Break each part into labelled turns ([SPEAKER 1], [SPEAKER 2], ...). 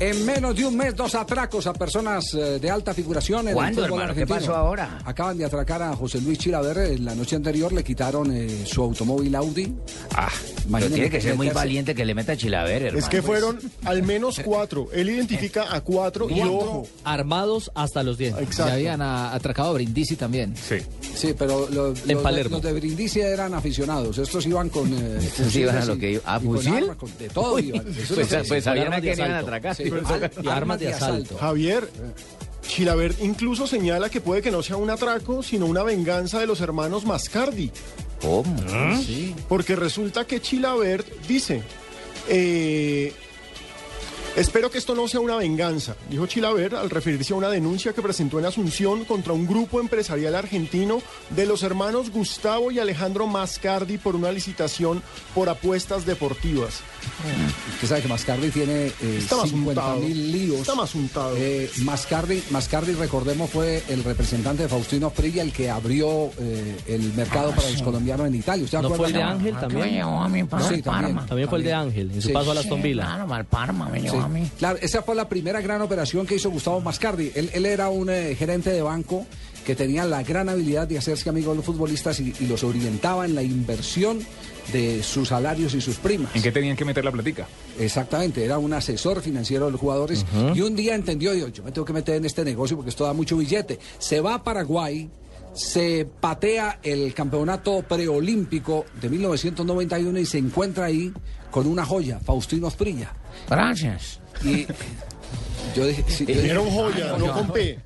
[SPEAKER 1] En menos de un mes, dos atracos a personas eh, de alta figuración en
[SPEAKER 2] ¿Cuándo,
[SPEAKER 1] el fútbol
[SPEAKER 2] hermano? ¿Qué
[SPEAKER 1] argentino.
[SPEAKER 2] pasó ahora?
[SPEAKER 1] Acaban de atracar a José Luis Chilaver. eh, La noche anterior le quitaron eh, su automóvil Audi.
[SPEAKER 2] Ah,
[SPEAKER 1] Imagínate
[SPEAKER 2] pero tiene que ser muy
[SPEAKER 1] meterse.
[SPEAKER 2] valiente que le meta Chilaver, hermano.
[SPEAKER 3] Es que fueron al menos cuatro. Él identifica a cuatro y ojo.
[SPEAKER 4] armados hasta los dientes.
[SPEAKER 3] Exacto.
[SPEAKER 4] Ya habían a- atracado a Brindisi también.
[SPEAKER 1] Sí, pero lo- los, de-
[SPEAKER 4] Palermo.
[SPEAKER 1] los de Brindisi eran aficionados. Estos iban con. eh,
[SPEAKER 2] Estos iban a lo que iba- ¿a
[SPEAKER 1] y con
[SPEAKER 2] fusil?
[SPEAKER 1] armas, con de todo iban. Eso es lo
[SPEAKER 2] Pues,
[SPEAKER 1] que
[SPEAKER 2] pues
[SPEAKER 1] sí.
[SPEAKER 2] sabían a
[SPEAKER 4] armas de
[SPEAKER 2] quién iban a
[SPEAKER 4] asalto.
[SPEAKER 2] atracar.
[SPEAKER 1] Sí,
[SPEAKER 4] y armas de asalto.
[SPEAKER 3] Javier, Chilaver incluso señala que puede que no sea un atraco, sino una venganza de los hermanos Mascardi.
[SPEAKER 2] ¿Cómo?
[SPEAKER 3] Porque resulta que Chilavert dice, eh, espero que esto no sea una venganza, dijo Chilavert al referirse a una denuncia que presentó en Asunción contra un grupo empresarial argentino de los hermanos Gustavo y Alejandro Mascardi por una licitación por apuestas deportivas.
[SPEAKER 1] Usted sabe que Mascardi tiene eh,
[SPEAKER 3] Está más
[SPEAKER 1] 50
[SPEAKER 3] untado.
[SPEAKER 1] mil líos.
[SPEAKER 3] Está más untado.
[SPEAKER 1] Eh, Mascardi, Mascardi, recordemos, fue el representante de Faustino Prilla el que abrió eh, el mercado para los colombianos en Italia. ¿Usted
[SPEAKER 4] ¿No
[SPEAKER 1] acuerda?
[SPEAKER 4] fue el de Ángel también?
[SPEAKER 1] Sí, también.
[SPEAKER 4] También fue el de Ángel, en su
[SPEAKER 1] Sí.
[SPEAKER 4] paso a la Villa.
[SPEAKER 1] Sí. Claro, esa fue la primera gran operación que hizo Gustavo Mascardi. Él, él era un eh, gerente de banco que tenía la gran habilidad de hacerse amigo de los futbolistas y, y los orientaba en la inversión de sus salarios y sus primas.
[SPEAKER 5] ¿En qué tenían que meter la platica?
[SPEAKER 1] Exactamente, era un asesor financiero de los jugadores y un día entendió, dijo, yo me tengo que meter en este negocio porque esto da mucho billete. Se va a Paraguay, se patea el campeonato preolímpico de 1991 y se encuentra ahí con una joya, Faustino Osprilla.
[SPEAKER 2] Gracias.
[SPEAKER 1] Y yo dije, sí, yo
[SPEAKER 2] Eh,
[SPEAKER 1] dije,
[SPEAKER 3] Vieron joya, no con P.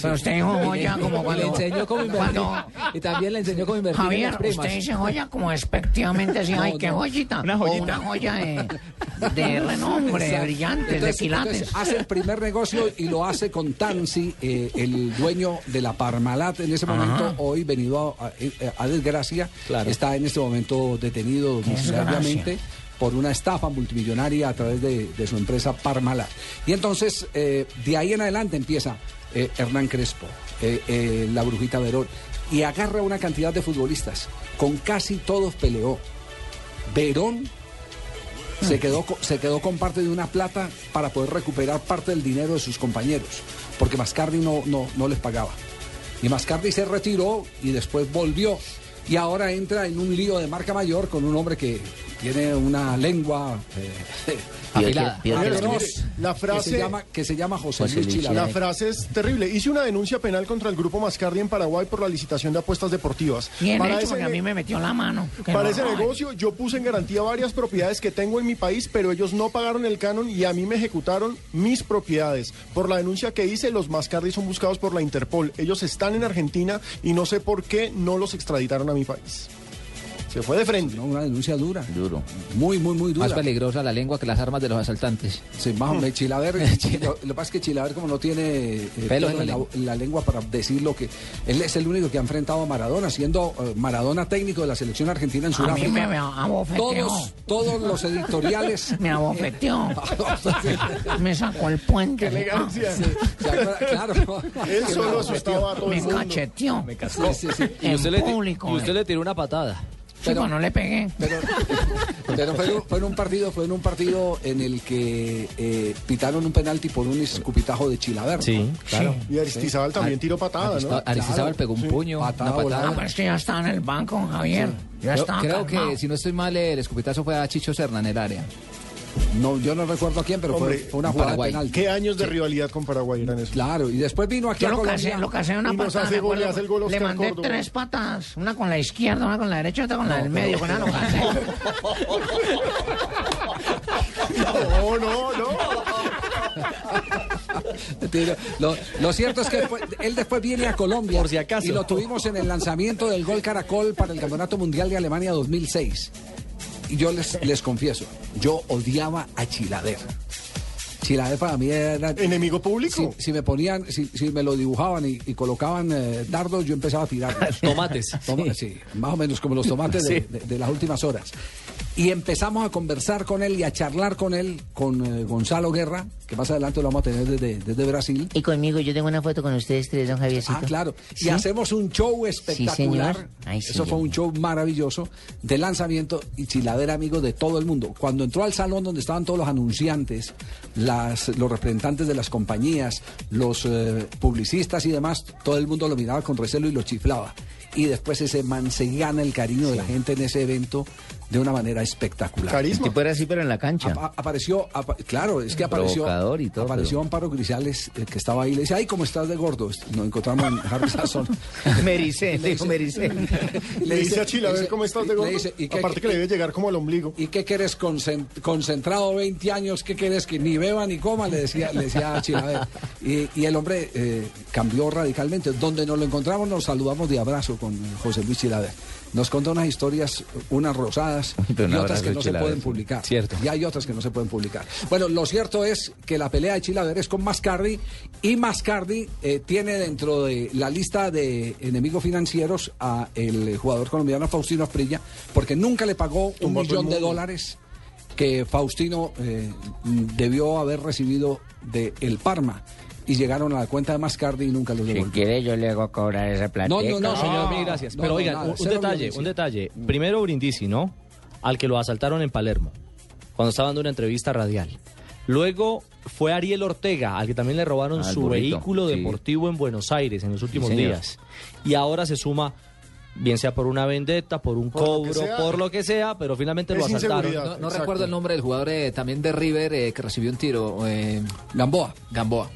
[SPEAKER 2] Pero usted dijo joya como
[SPEAKER 4] Le
[SPEAKER 2] cuando...
[SPEAKER 4] enseñó cómo invertir.
[SPEAKER 2] cuando-
[SPEAKER 4] Y también le enseñó cómo invertir en las
[SPEAKER 2] Javier,
[SPEAKER 4] primas.
[SPEAKER 2] usted dice joya como efectivamente así, ay, qué joyita.
[SPEAKER 5] Una joyita.
[SPEAKER 2] O una joya de, de renombre, de
[SPEAKER 1] Exacto.
[SPEAKER 2] brillante,
[SPEAKER 1] Entonces-
[SPEAKER 2] de quilates.
[SPEAKER 1] entonces
[SPEAKER 4] ah,
[SPEAKER 1] hace el primer negocio y lo hace con Tansi, eh, el dueño de la Parmalat en ese momento, hoy venido a, a- a desgracia,
[SPEAKER 4] Claro.
[SPEAKER 1] está en este momento detenido domiciliariamente por una estafa multimillonaria a través de, de su empresa Parmalat. Y entonces, eh, de ahí en adelante empieza eh, Hernán Crespo, eh, eh, la Brujita Verón, y agarra una cantidad de futbolistas. Con casi todos peleó. Verón se quedó, co- se quedó con parte de una plata para poder recuperar parte del dinero de sus compañeros, porque Mascardi no, no, no les pagaba. Y Mascardi se retiró y después volvió. Y ahora entra en un lío de marca mayor con un hombre que tiene una lengua eh,
[SPEAKER 4] Afilada.
[SPEAKER 2] Pierde- pierde-
[SPEAKER 1] atroz,
[SPEAKER 3] La
[SPEAKER 1] que se
[SPEAKER 3] frase-
[SPEAKER 1] llama, que se llama José,
[SPEAKER 2] José
[SPEAKER 1] Luis
[SPEAKER 2] Luis
[SPEAKER 1] Chilavert.
[SPEAKER 3] La frase es terrible. Hice una denuncia penal contra el grupo Mascardi en Paraguay por la licitación de apuestas deportivas.
[SPEAKER 2] Bien
[SPEAKER 3] Para
[SPEAKER 2] hecho,
[SPEAKER 3] ese
[SPEAKER 2] porque a
[SPEAKER 3] ne-
[SPEAKER 2] mí me metió la mano. Que
[SPEAKER 3] Para
[SPEAKER 2] no
[SPEAKER 3] ese
[SPEAKER 2] roben.
[SPEAKER 3] negocio yo puse en garantía varias propiedades que tengo en mi país, pero ellos no pagaron el canon y a mí me ejecutaron mis propiedades. Por la denuncia que hice, los Mascardi son buscados por la Interpol. Ellos están en Argentina y no sé por qué no los extraditaron a mi país. Se fue de frente.
[SPEAKER 1] No, una denuncia dura. Duro. Muy, muy, muy dura.
[SPEAKER 4] Más peligrosa la lengua que las armas de los asaltantes.
[SPEAKER 1] Sí, más o menos. Chilaver, lo, lo que pasa es que Chilaver, como no tiene eh,
[SPEAKER 4] Pelos en la
[SPEAKER 1] la, la lengua para decir lo que. Él es el único que ha enfrentado a Maradona, siendo eh, Maradona técnico de la selección argentina en
[SPEAKER 2] A mí
[SPEAKER 1] Sudáfrica.
[SPEAKER 2] me, me abofeteó.
[SPEAKER 1] todos, todos los editoriales.
[SPEAKER 2] Me abofeteó. Me sacó el puente.
[SPEAKER 3] Elegancia.
[SPEAKER 1] ¿Se acuerda? Claro.
[SPEAKER 3] Él solo asustaba a todo el
[SPEAKER 2] Me
[SPEAKER 3] mundo.
[SPEAKER 2] cacheteó. Me
[SPEAKER 1] Sí, sí, sí.
[SPEAKER 4] Y usted, le, ti-
[SPEAKER 2] público.
[SPEAKER 4] y usted le tiró una patada.
[SPEAKER 2] Sí, pero no le pegué.
[SPEAKER 1] Pero, pero fue, en- fue en un partido, fue en un partido en el que eh, pitaron un penalti por un escupitajo de Chilaver. ¿no?
[SPEAKER 4] claro.
[SPEAKER 3] Y Aristizábal también tiró patada, ¿no?
[SPEAKER 4] Arista- Aristizábal pegó un
[SPEAKER 3] Sí.
[SPEAKER 4] puño,
[SPEAKER 1] Patada
[SPEAKER 4] una patada.
[SPEAKER 2] Ah, pero es que ya estaba en el banco, Javier. Ya
[SPEAKER 4] Creo,
[SPEAKER 2] estaba
[SPEAKER 4] creo
[SPEAKER 2] calmado.
[SPEAKER 4] que, si no estoy mal, el escupitazo fue a Chicho Serna en el área.
[SPEAKER 1] No, yo no recuerdo a quién, pero fue,
[SPEAKER 3] Hombre,
[SPEAKER 1] fue una jugada de
[SPEAKER 4] Paraguay.
[SPEAKER 1] penalti.
[SPEAKER 3] ¿Qué años de rivalidad con Paraguay
[SPEAKER 4] Mm.
[SPEAKER 3] eran esos?
[SPEAKER 1] Claro, y después vino aquí
[SPEAKER 2] Yo
[SPEAKER 1] a
[SPEAKER 2] lo
[SPEAKER 1] Colombia.
[SPEAKER 2] casé, lo casé una
[SPEAKER 3] Y nos
[SPEAKER 2] patada.
[SPEAKER 3] hace
[SPEAKER 2] ¿de
[SPEAKER 3] gol, le
[SPEAKER 2] acuerdo?
[SPEAKER 3] hace el gol
[SPEAKER 2] le
[SPEAKER 3] Oscar
[SPEAKER 2] mandé
[SPEAKER 3] Córdoba.
[SPEAKER 2] tres patadas. Una con la izquierda, una con la derecha, otra con la del medio. Con la lo casé.
[SPEAKER 3] No, no, no.
[SPEAKER 1] Tiro. Lo, lo cierto es que fue- él después viene a Colombia
[SPEAKER 4] Por si acaso.
[SPEAKER 1] y lo tuvimos en el lanzamiento del gol Caracol para el Campeonato Mundial de Alemania 2006. yo les, les confieso, yo odiaba a Chilaver. Chilaver para mí era...
[SPEAKER 3] ¿Enemigo público?
[SPEAKER 1] Si, si me ponían, si, si me lo dibujaban y, y colocaban eh, dardos, yo empezaba a tirar.
[SPEAKER 5] Tomates.
[SPEAKER 1] Toma- sí, más o menos como los tomates de, de- de las últimas horas. Y empezamos a conversar con él y a charlar con él, con eh, Gonzalo Guerra, que más adelante lo vamos a tener desde, desde Brasil.
[SPEAKER 2] Y conmigo, yo tengo una foto con ustedes tres, don Javiercito.
[SPEAKER 1] Ah, claro. Y
[SPEAKER 2] ¿Sí?
[SPEAKER 1] hacemos un show espectacular.
[SPEAKER 2] señor. Ay, sí,
[SPEAKER 1] Eso fue un show maravilloso de lanzamiento y Chiladera, amigo de todo el mundo. Cuando entró al salón donde estaban todos los anunciantes, las, los representantes de las compañías, los eh, publicistas y demás, todo el mundo lo miraba con recelo y lo chiflaba. Y después ese man se gana el cariño de la gente en ese evento de una manera espectacular.
[SPEAKER 3] Carisma.
[SPEAKER 6] tipo era así, pero en la cancha.
[SPEAKER 1] Apa- apareció, apa- claro, es que apareció,
[SPEAKER 6] Provocador y todo,
[SPEAKER 1] apareció
[SPEAKER 6] pero-
[SPEAKER 1] Amparo Grisales, eh, que estaba ahí, le dice, ay, ¿cómo estás de gordo? Nos encontramos en Harry Sasson.
[SPEAKER 6] Mericé, dijo Mericé.
[SPEAKER 3] Le dice a Chila, a ver cómo estás de
[SPEAKER 1] le
[SPEAKER 3] gordo.
[SPEAKER 1] dice, ¿y qué,
[SPEAKER 3] Aparte que le debe llegar como al ombligo.
[SPEAKER 1] ¿Y qué quieres concent- concentrado 20 años? ¿Qué quieres que ni beba ni coma? Le decía, le decía a Chilaver. Y, y el hombre eh, cambió radicalmente. Donde nos lo encontramos, nos saludamos de abrazo con eh, José Luis Chilaver. Nos contó unas historias, unas rosadas
[SPEAKER 6] Pero un
[SPEAKER 1] y otras
[SPEAKER 6] abrazo
[SPEAKER 1] que
[SPEAKER 6] de
[SPEAKER 1] no se
[SPEAKER 6] Chilaver,
[SPEAKER 1] pueden
[SPEAKER 6] sí.
[SPEAKER 1] publicar.
[SPEAKER 6] Cierto.
[SPEAKER 1] Y hay otras que no se pueden publicar. Bueno, lo cierto es que la pelea de Chilaver es con Mascardi y Mascardi eh, tiene dentro de la lista de enemigos financieros a el jugador colombiano Faustino Asprilla porque nunca le pagó un
[SPEAKER 3] Tumbó a todo el
[SPEAKER 1] millón de
[SPEAKER 3] mundo.
[SPEAKER 1] dólares que Faustino eh, debió haber recibido de el Parma y llegaron a la cuenta de Mascardi y nunca los
[SPEAKER 2] Si
[SPEAKER 1] devolvió.
[SPEAKER 2] quiere, yo le hago cobrar esa plata.
[SPEAKER 1] No, no, no,
[SPEAKER 5] Señor,
[SPEAKER 1] Ah,
[SPEAKER 5] mil gracias.
[SPEAKER 1] no,
[SPEAKER 5] Pero
[SPEAKER 1] no,
[SPEAKER 5] oigan,
[SPEAKER 1] nada,
[SPEAKER 5] un- un
[SPEAKER 1] cero
[SPEAKER 5] detalle,
[SPEAKER 1] violencia.
[SPEAKER 5] un detalle. Primero Brindisi, ¿no? Al que lo asaltaron en Palermo, cuando estaba dando una entrevista radial. Luego fue Ariel Ortega, al que también le robaron
[SPEAKER 1] Ah,
[SPEAKER 6] Al
[SPEAKER 5] su
[SPEAKER 6] burrito,
[SPEAKER 5] vehículo
[SPEAKER 6] sí.
[SPEAKER 5] deportivo en Buenos Aires en los últimos
[SPEAKER 6] señor.
[SPEAKER 5] días. Y ahora se suma, bien sea por una vendetta, por un
[SPEAKER 3] Por lo que
[SPEAKER 5] cobro,
[SPEAKER 3] sea.
[SPEAKER 5] por lo que sea, pero finalmente
[SPEAKER 3] Es
[SPEAKER 5] lo asaltaron.
[SPEAKER 3] inseguridad.
[SPEAKER 4] No, no
[SPEAKER 3] Exacto.
[SPEAKER 4] recuerdo el nombre del jugador eh, también de River eh, que recibió un tiro, eh,
[SPEAKER 1] Gamboa.
[SPEAKER 4] Gamboa,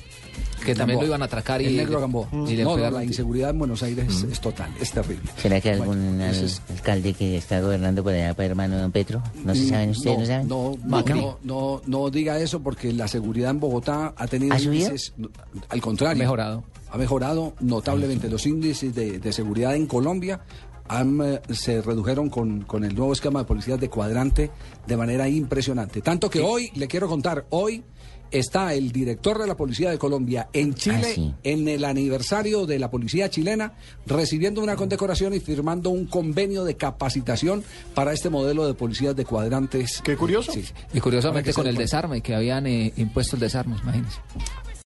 [SPEAKER 4] que también
[SPEAKER 1] Gamboa.
[SPEAKER 4] lo iban a atracar y
[SPEAKER 1] El negro Gamboa.
[SPEAKER 4] y le
[SPEAKER 1] No, no,
[SPEAKER 4] pegaron
[SPEAKER 1] la
[SPEAKER 4] un tiro. Mm.
[SPEAKER 1] inseguridad en Buenos Aires es, es total, es terrible.
[SPEAKER 2] ¿Será que algún
[SPEAKER 1] Bueno,
[SPEAKER 2] al-
[SPEAKER 1] ese es-
[SPEAKER 2] alcalde que está gobernando por allá, para hermano don Petro? ¿No se saben ustedes? ¿No, saben?
[SPEAKER 1] Mm, No, no,
[SPEAKER 2] Macri.
[SPEAKER 1] no, no, no diga eso porque la seguridad en Bogotá ha tenido
[SPEAKER 2] ¿Ha subido?
[SPEAKER 1] índices, no, pues, al contrario,
[SPEAKER 4] Ha mejorado.
[SPEAKER 1] ha mejorado notablemente los índices de, de seguridad en Colombia. han, eh, se redujeron con, con el nuevo esquema de policías de cuadrante de manera impresionante. Tanto que hoy, le quiero contar, hoy está el director de la Policía de Colombia en Chile,
[SPEAKER 2] Ah, sí.
[SPEAKER 1] en el aniversario de la policía chilena, recibiendo una condecoración y firmando un convenio de capacitación para este modelo de policías de cuadrantes.
[SPEAKER 3] Qué curioso.
[SPEAKER 1] Sí.
[SPEAKER 4] Y
[SPEAKER 1] Para que
[SPEAKER 4] curiosamente
[SPEAKER 1] se
[SPEAKER 4] con el
[SPEAKER 1] den cuenta.
[SPEAKER 4] desarme, que habían eh, impuesto el desarme, imagínense.